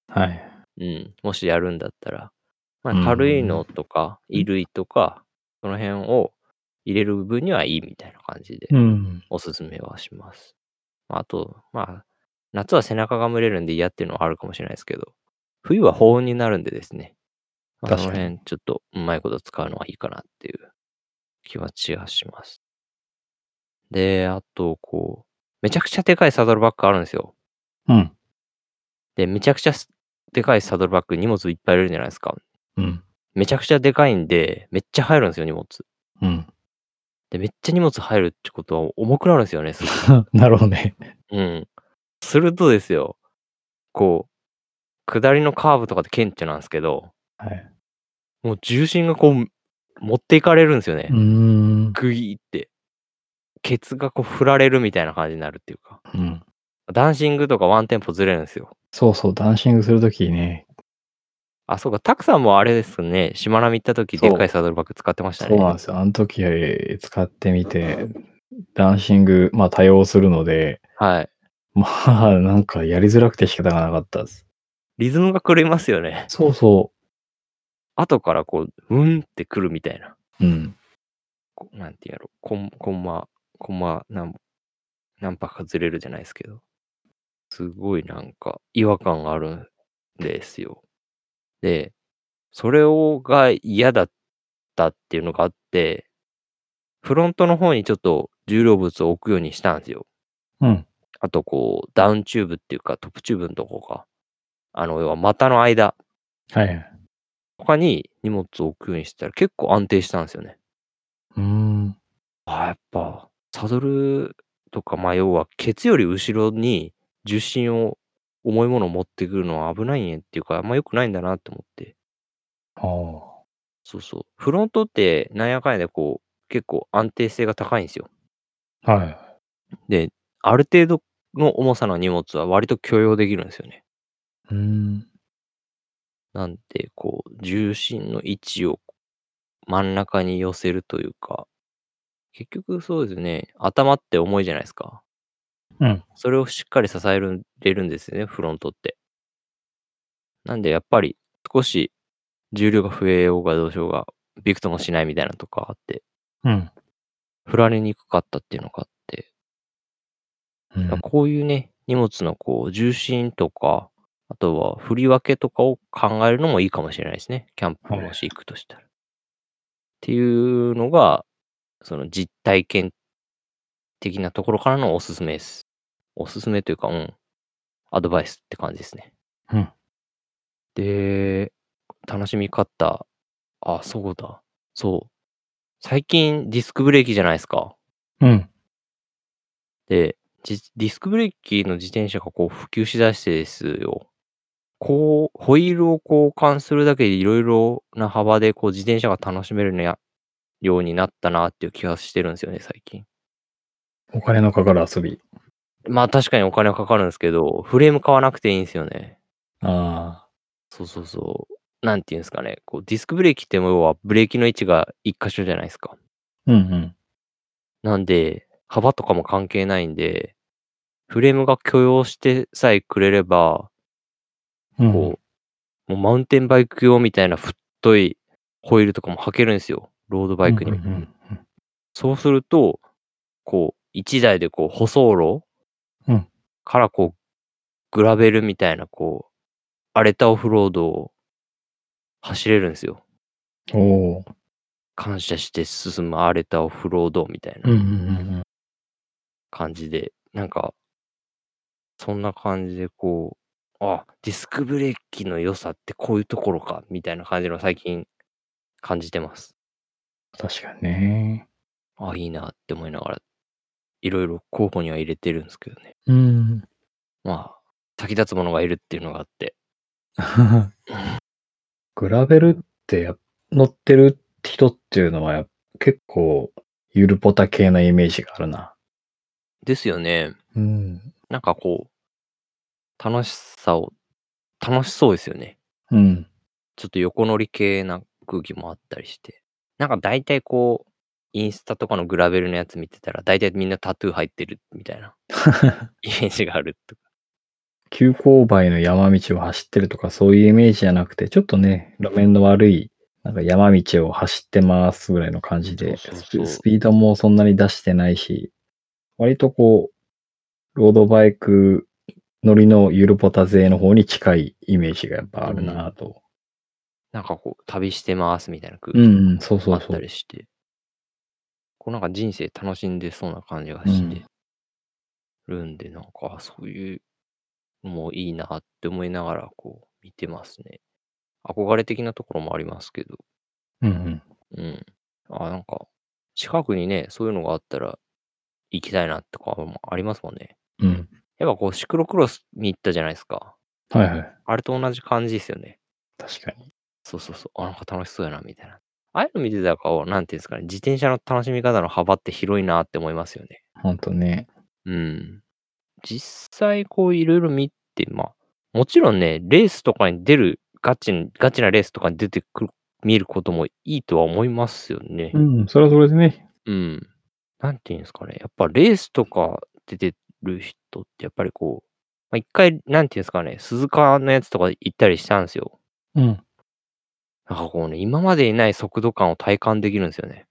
Speaker 1: はい。
Speaker 2: うん。もしやるんだったら。ま
Speaker 1: う
Speaker 2: あ、
Speaker 1: ん
Speaker 2: 軽いのとか、衣類とか、その辺を入れる分にはいいみたいな感じで。
Speaker 1: うん。
Speaker 2: おすすめはします。まああと、まあ、夏は背中が蒸れるんで嫌っていうのはあるかもしれないですけど、冬は保温になるんでですね、まあ、
Speaker 1: 確
Speaker 2: そ
Speaker 1: か
Speaker 2: の
Speaker 1: に
Speaker 2: 辺ちょっとうまいこと使うのはいいかなっていう気はちがします。で、あと、こう、めちゃくちゃでかいサドルバッグあるんですよ。
Speaker 1: うん。
Speaker 2: で、めちゃくちゃすでかいサドルバッグに荷物いっぱい入れるじゃないですか。
Speaker 1: うん。
Speaker 2: めちゃくちゃでかいんで、めっちゃ入るんですよ、荷物。
Speaker 1: うん。
Speaker 2: で、めっちゃ荷物入るってことは重くなるんですよね、すごい
Speaker 1: なるほどね。
Speaker 2: うん。するとですよ、こう、下りのカーブとかって顕著なんですけど、
Speaker 1: はい。
Speaker 2: もう重心がこう、持っていかれるんですよね
Speaker 1: う。ん。
Speaker 2: グイーって。ケツがこう振られるみたいな感じになるっていうか。
Speaker 1: うん。
Speaker 2: ダンシングとかワンテンポずれるんですよ。
Speaker 1: そうそう、ダンシングするときね。
Speaker 2: あ、そうか、たくさんもあれですね、しまなみ行った時
Speaker 1: そ
Speaker 2: で
Speaker 1: う
Speaker 2: っかいサドルバッグ使ってました
Speaker 1: そうなん
Speaker 2: ね。
Speaker 1: ですよ。あの時えー使ってみて、ダンシング、まあ多用するので、
Speaker 2: はい。
Speaker 1: まあなんかやりづらくて仕方がなかったです。
Speaker 2: リズムが狂いますよね。
Speaker 1: そうそ
Speaker 2: 後からこう、うんってくるみたいな。
Speaker 1: う。うん。
Speaker 2: こなんていうんやろ、コンコンマ、コンマ何、何パかずれるじゃないですけど。すごいなんか違和感があるんですよ。で、それをが嫌だったっていうのがあって、フロントの方にちょっと重量物を置くようにしたんですよ。
Speaker 1: うん。
Speaker 2: あとこう、ダウンチューブっていうか、トップチューブのとこか。あの、要は股の間
Speaker 1: はいはい。
Speaker 2: とかに荷物を置くようにしたら結構安定したんですよね。
Speaker 1: うーん。
Speaker 2: あやっぱ、サドルとか、まあ要は、ケツより後ろに重心を、重いものを持ってくるのは危ないんやっていうか、あんま良くないんだなって思って。
Speaker 1: ああ。
Speaker 2: そうそう。フロントって、なんやかんやでこう、結構安定性が高いんですよ。
Speaker 1: はい。
Speaker 2: で、ある程度の重さの荷物は割と許容できるんですよね。
Speaker 1: うーん。
Speaker 2: なんで、こう、重心の位置を真ん中に寄せるというか、結局そうですね、頭って重いじゃないですか。
Speaker 1: うん。
Speaker 2: それをしっかり支えるれるんですよね、フロントって。なんで、やっぱり少し重量が増えようがどうしようが、びくともしないみたいなのとかあって、
Speaker 1: うん。
Speaker 2: 振られにくかったっていうのがあって、
Speaker 1: う
Speaker 2: まあ
Speaker 1: ん。
Speaker 2: こういうね、荷物のこう重心とか、あとは振り分けとかを考えるのもいいかもしれないですね、キャンプ
Speaker 1: はい
Speaker 2: もし行くとしたら。っていうのが、その実体験的なところからのおすすめです。おすすめというか、うん、アドバイスって感じですね。
Speaker 1: うん。
Speaker 2: で、楽しみ方。あ、そうだ。そう。最近ディスクブレーキじゃないですか。
Speaker 1: うん。
Speaker 2: で、じディスクブレーキの自転車がこう普及しだしてですよ。こう、ホイールを交換するだけでいろいろな幅でこう自転車が楽しめるのやようになったなっていう気がしてるんですよね、最近。
Speaker 1: お金のかかる遊び。
Speaker 2: まあ確かにお金はかかるんですけど、フレーム買わなくていいんですよね。
Speaker 1: あ
Speaker 2: そうそうそう。なんていうんですかね。こうディスクブレーキっても要はブレーキの位置が一箇所じゃないですか。
Speaker 1: あ。うんうん。
Speaker 2: なんで、幅とかも関係ないんで、フレームが許容してさえくれれば、
Speaker 1: うん
Speaker 2: こう、もうマウンテンバイク用みたいな太いホイールとかも履けるんですよ。ロードバイクにも。
Speaker 1: うんうんうん
Speaker 2: そうすると、こう、一台でこう、舗装路
Speaker 1: うん
Speaker 2: からこう、グラベルみたいな、こう、荒れたオフロードを走れるんですよ。
Speaker 1: うん。おお。
Speaker 2: 感謝して進む荒れたオフロードみたいな。
Speaker 1: うんうんうん
Speaker 2: 感じで、なんか、そんな感じでこう、あ、ディスクブレーキの良さってこういうところか、みたいな感じの最近感じてます。
Speaker 1: 確かにね。
Speaker 2: あ、いいなって思いながら、いろいろ候補には入れてるんですけどね。
Speaker 1: うん。
Speaker 2: まあ、先立つものがいるっていうのがあって。
Speaker 1: グラベルってや乗ってる人っていうのはや結構ゆるポタ系なイメージがあるな。
Speaker 2: ですよね。
Speaker 1: うん。
Speaker 2: なんかこう、楽しさを、楽しそうですよね。
Speaker 1: うん。
Speaker 2: ちょっと横乗り系な空気もあったりして。なんか大体こう、インスタとかのグラベルのやつ見てたら、大体みんなタトゥー入ってるみた いなイメージがあるとか。
Speaker 1: 急勾配の山道を走ってるとかそういうイメージじゃなくて、ちょっとね、路面の悪い、なんか山道を走ってますぐらいの感じで、
Speaker 2: そうそう
Speaker 1: ス
Speaker 2: そう
Speaker 1: ピスピードもそんなに出してないし、割とこう、ロードバイク乗りのゆるポタ勢の方に近いイメージがやっぱあるなぁと。
Speaker 2: なんかこう、旅してますみたいな空
Speaker 1: うん、
Speaker 2: 気
Speaker 1: うん、そう
Speaker 2: も
Speaker 1: そ
Speaker 2: あ
Speaker 1: う
Speaker 2: っ
Speaker 1: そ
Speaker 2: た
Speaker 1: う。
Speaker 2: りして。こうなんか人生楽しんでそうな感じが
Speaker 1: う
Speaker 2: して
Speaker 1: ん
Speaker 2: るんで、なんかそういうのもいいなって思いながらこう見てますね。憧れ的なところもありますけど。
Speaker 1: うんうん。
Speaker 2: うん。あ、なんか、近くにね、そういうのがあったら行きたいなとかもありますもんね。
Speaker 1: うん。
Speaker 2: やっぱこう、シクロクロスに行ったじゃないですか。
Speaker 1: はいはい。
Speaker 2: あれと同じ感じですよね。
Speaker 1: 確かに。
Speaker 2: そうそうそう。あ、なんか楽しそうやな、みたいな。ああいうの見てたらこう、なんていうんですかね、自転車の楽しみ方の幅って広いなって思いますよね。
Speaker 1: ほんとね。
Speaker 2: うん。実際こう、いろいろ見て、まあ、もちろんね、レースとかに出るガチに、ガチなレースとかに出てくる、見ることもいいとは思いますよね。
Speaker 1: うん、それはそれでね。
Speaker 2: うん。なんていうんですかね。やっぱレースとか出てる人って、やっぱりこう、まあ、一回、なんていうんですかね、鈴鹿のやつとか行ったりしたんですよ。
Speaker 1: うん。
Speaker 2: なんかこうね、今までにない速度感を体感できるんですよね。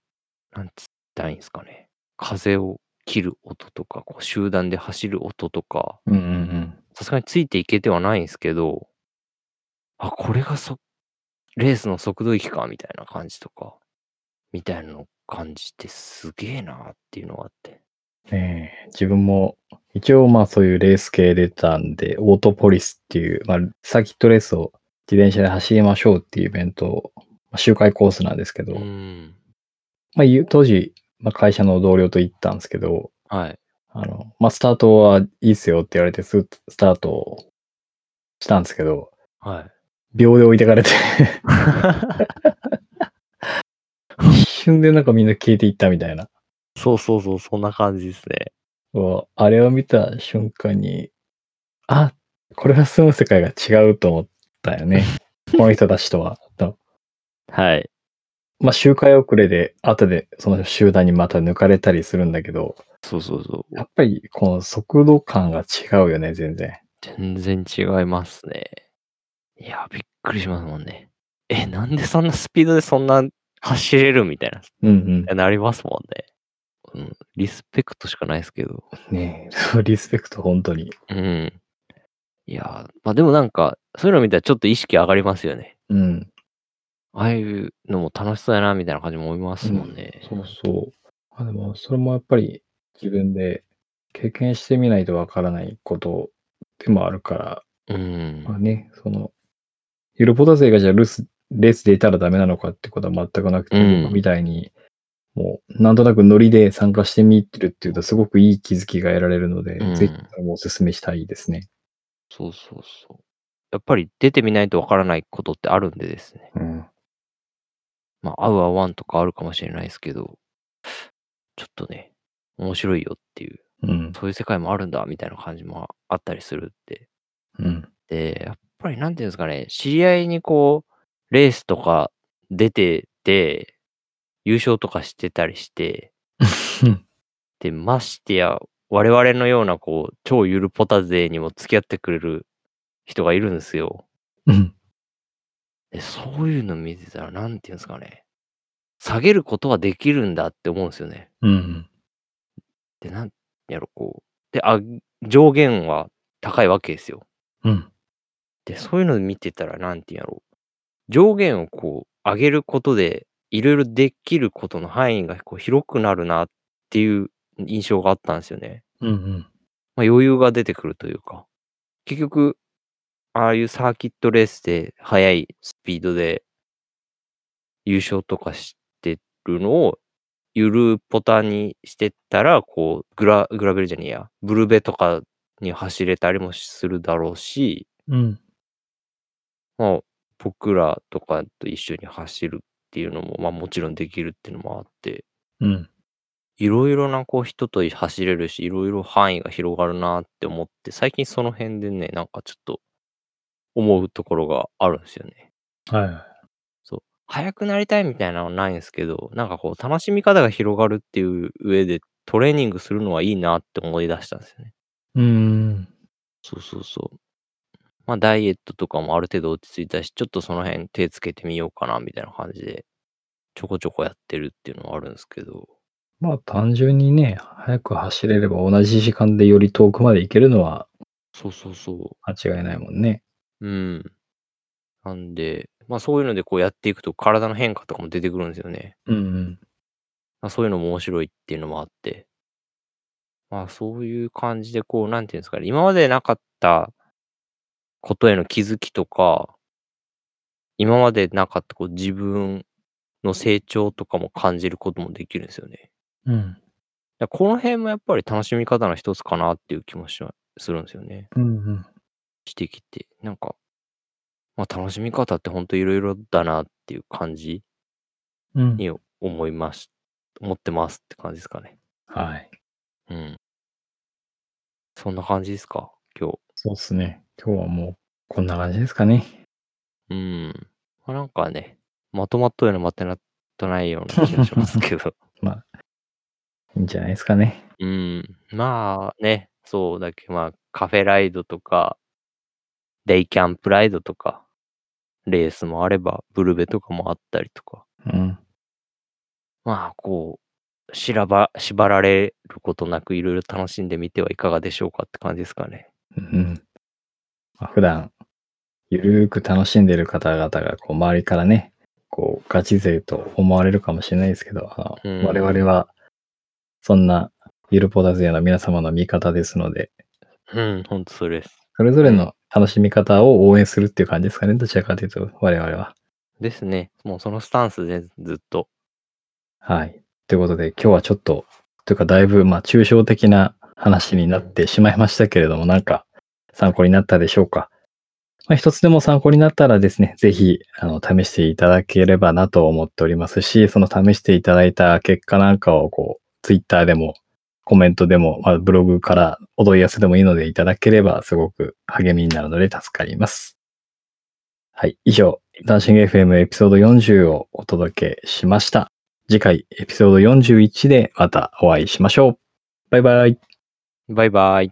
Speaker 2: なんつったらいいんですかね。風を切る音とか、こう集団で走る音とか、
Speaker 1: うんうん
Speaker 2: さすがについていけてはないんですけど、あ、これがそ、レースの速度域か、みたいな感じとか、みたいなのを感じてすげえなっていうのがあって。
Speaker 1: うん。ねえ自分も、一応まあそういうレース系出たんで、オートポリスっていう、まあサーキットレースを自転車で走りましょうっていうイベントを、まあ周回コースなんですけど、
Speaker 2: うん。
Speaker 1: まあゆ当時、まあ会社の同僚と行ったんですけど、
Speaker 2: はい。
Speaker 1: あの、まあスタートはいいっすよって言われて、ススタートをしたんですけど、
Speaker 2: はい。
Speaker 1: 秒で置いてかれて、一瞬でなんかみんな消えていったみたいな。
Speaker 2: そうそうそう、そんな感じですね。
Speaker 1: こうあれを見た瞬間に、あ、これは住む世界が違うと思ったよね。 この人たちとは。と
Speaker 2: はい。
Speaker 1: まあ、周回遅れで、後でその集団にまた抜かれたりするんだけど、
Speaker 2: そうそうそう。
Speaker 1: やっぱりこの速度感が違うよね、全然。
Speaker 2: 全然違いますね。いや、びっくりしますもんね。え、なんでそんなスピードでそんな走れるみたいな、
Speaker 1: うん
Speaker 2: なりますもんね。うん。リスペクトしかないですけど。
Speaker 1: うん。ねえそうリスペクト、本当に。
Speaker 2: うん。いやー、まあでもなんか、そういうの見たらちょっと意識上がりますよね。
Speaker 1: うん。
Speaker 2: ああいうのも楽しそうやな、みたいな感じも思いますもんね。
Speaker 1: そうそう。あでも、それもやっぱり自分で経験してみないとわからないことでもあるから、
Speaker 2: うん。
Speaker 1: まあね、その、ユルポタ勢がじゃあルース、レースでいたらダメなのかってことは全くなくて、
Speaker 2: うん
Speaker 1: 僕みたいに、もう、なんとなくノリで参加してみてるっていうと、すごくいい気づきが得られるので、
Speaker 2: うん
Speaker 1: ぜひ、お勧めしたいですね。
Speaker 2: そうそうそう。やっぱり出てみないとわからないことってあるんでですね。
Speaker 1: うん。
Speaker 2: まあ、合う合わんとかあるかもしれないですけど、ちょっとね、面白いよっていう、
Speaker 1: うん。
Speaker 2: そういう世界もあるんだみたいな感じもあったりするって。
Speaker 1: うん。
Speaker 2: で、やっぱりなんていうんですかね、知り合いにこう、レースとか出てて、優勝とかしてたりして、で、ましてや、我々のようなこう、超ゆるポタ勢にも付き合ってくれる人がいるんですよ。
Speaker 1: うん。
Speaker 2: でそういうの見てたら、なんていうんですかね、下げることはできるんだって思うんですよね。
Speaker 1: うん。
Speaker 2: で、なんやろ、こう。で、あ、上限は高いわけですよ。
Speaker 1: うん。
Speaker 2: で、そういうの見てたら、なんていうんやろ。上限をこう、上げることで、いろいろできることの範囲がこう広くなるなっていう印象があったんですよね。
Speaker 1: うん。
Speaker 2: まあ、余裕が出てくるというか。結局、ああいうサーキットレースで、速いスピードで、優勝とかしてるのを、ゆるポタにしてったら、こう、グラ、グラベルじゃねえや、ブルベとかに走れたりもするだろうし、
Speaker 1: うん。
Speaker 2: まあ、僕らとかと一緒に走るっていうのも、まあもちろんできるっていうのもあって、
Speaker 1: うん。
Speaker 2: いろいろなこう人と走れるし、いろいろ範囲が広がるなって思って、最近その辺でね、なんかちょっと思うところがあるんですよね。
Speaker 1: は
Speaker 2: そう。速くなりたいみたいなのはないんですけど、なんかこう楽しみ方が広がるっていう上でトレーニングするのはいいなって思い出したんですよね。
Speaker 1: い。うん。
Speaker 2: そうそうそう。まあダイエットとかもある程度落ち着いたし、ちょっとその辺手つけてみようかなみたいな感じで、ちょこちょこやってるっていうのはあるんですけど。
Speaker 1: まあ単純にね、早く走れれば同じ時間でより遠くまで行けるのは
Speaker 2: そうそうそう。
Speaker 1: 間違いないもんね。
Speaker 2: うん。なんで、まあそういうのでこうやっていくと体の変化とかも出てくるんですよね。
Speaker 1: うん
Speaker 2: まあ、そういうのも面白いっていうのもあって。まあそういう感じでこう、なんていうんですかね、今までなかったことへの気づきとか、今までなかったこう自分の成長とかも感じることもできるんですよね。
Speaker 1: うん。うん。
Speaker 2: だからこの辺もやっぱり楽しみ方の一つかなっていう気もしまするんですよね。
Speaker 1: うんうん。
Speaker 2: してきて、なんか、まあ、楽しみ方って本当いろいろだなっていう感じ
Speaker 1: うん
Speaker 2: に思います、思ってますって感じですかね。
Speaker 1: はい。
Speaker 2: うん。そんな感じですか、今日。
Speaker 1: そうですね。今日はもうこんな感じですかね。
Speaker 2: うん。まあ、なんかね、まとまっとるようなまとまっとないような気がしますけど。
Speaker 1: いいんじゃないですかね。
Speaker 2: うん。まあね、そうだけど、まあ、カフェライドとか、デイキャンプライドとか、レースもあれば、ブルベとかもあったりとか、
Speaker 1: うん。
Speaker 2: まあ、こう、しらば、縛られることなく、いろいろ楽しんでみてはいかがでしょうかって感じですかね。
Speaker 1: うん。まあ、普段、ゆるーく楽しんでる方々が、こう、周りからね、こう、ガチ勢と思われるかもしれないですけど、あの
Speaker 2: うん
Speaker 1: 我々は、そんな、ゆるポタ勢の皆様の味方ですので、
Speaker 2: うん、ほんとそれです。
Speaker 1: それぞれの楽しみ方を応援するっていう感じですかね、どちらかというと、我々は。
Speaker 2: ですね。もうそのスタンスでずっと。
Speaker 1: はい。ということで、今日はちょっと、というか、だいぶ、まあ、抽象的な話になってしまいましたけれども、なんか、参考になったでしょうか。まあ、一つでも参考になったらですね、ぜひ、あの、試していただければなと思っておりますし、その試していただいた結果なんかを、こう、ツイッターでも、コメントでも、まあ、ブログからお問い合わせでもいいのでいただければ、すごく励みになるので助かります。はい。以上、ダンシング FM エピソード40をお届けしました。次回エピソード41でまたお会いしましょう。バイバイ。
Speaker 2: バイバイ。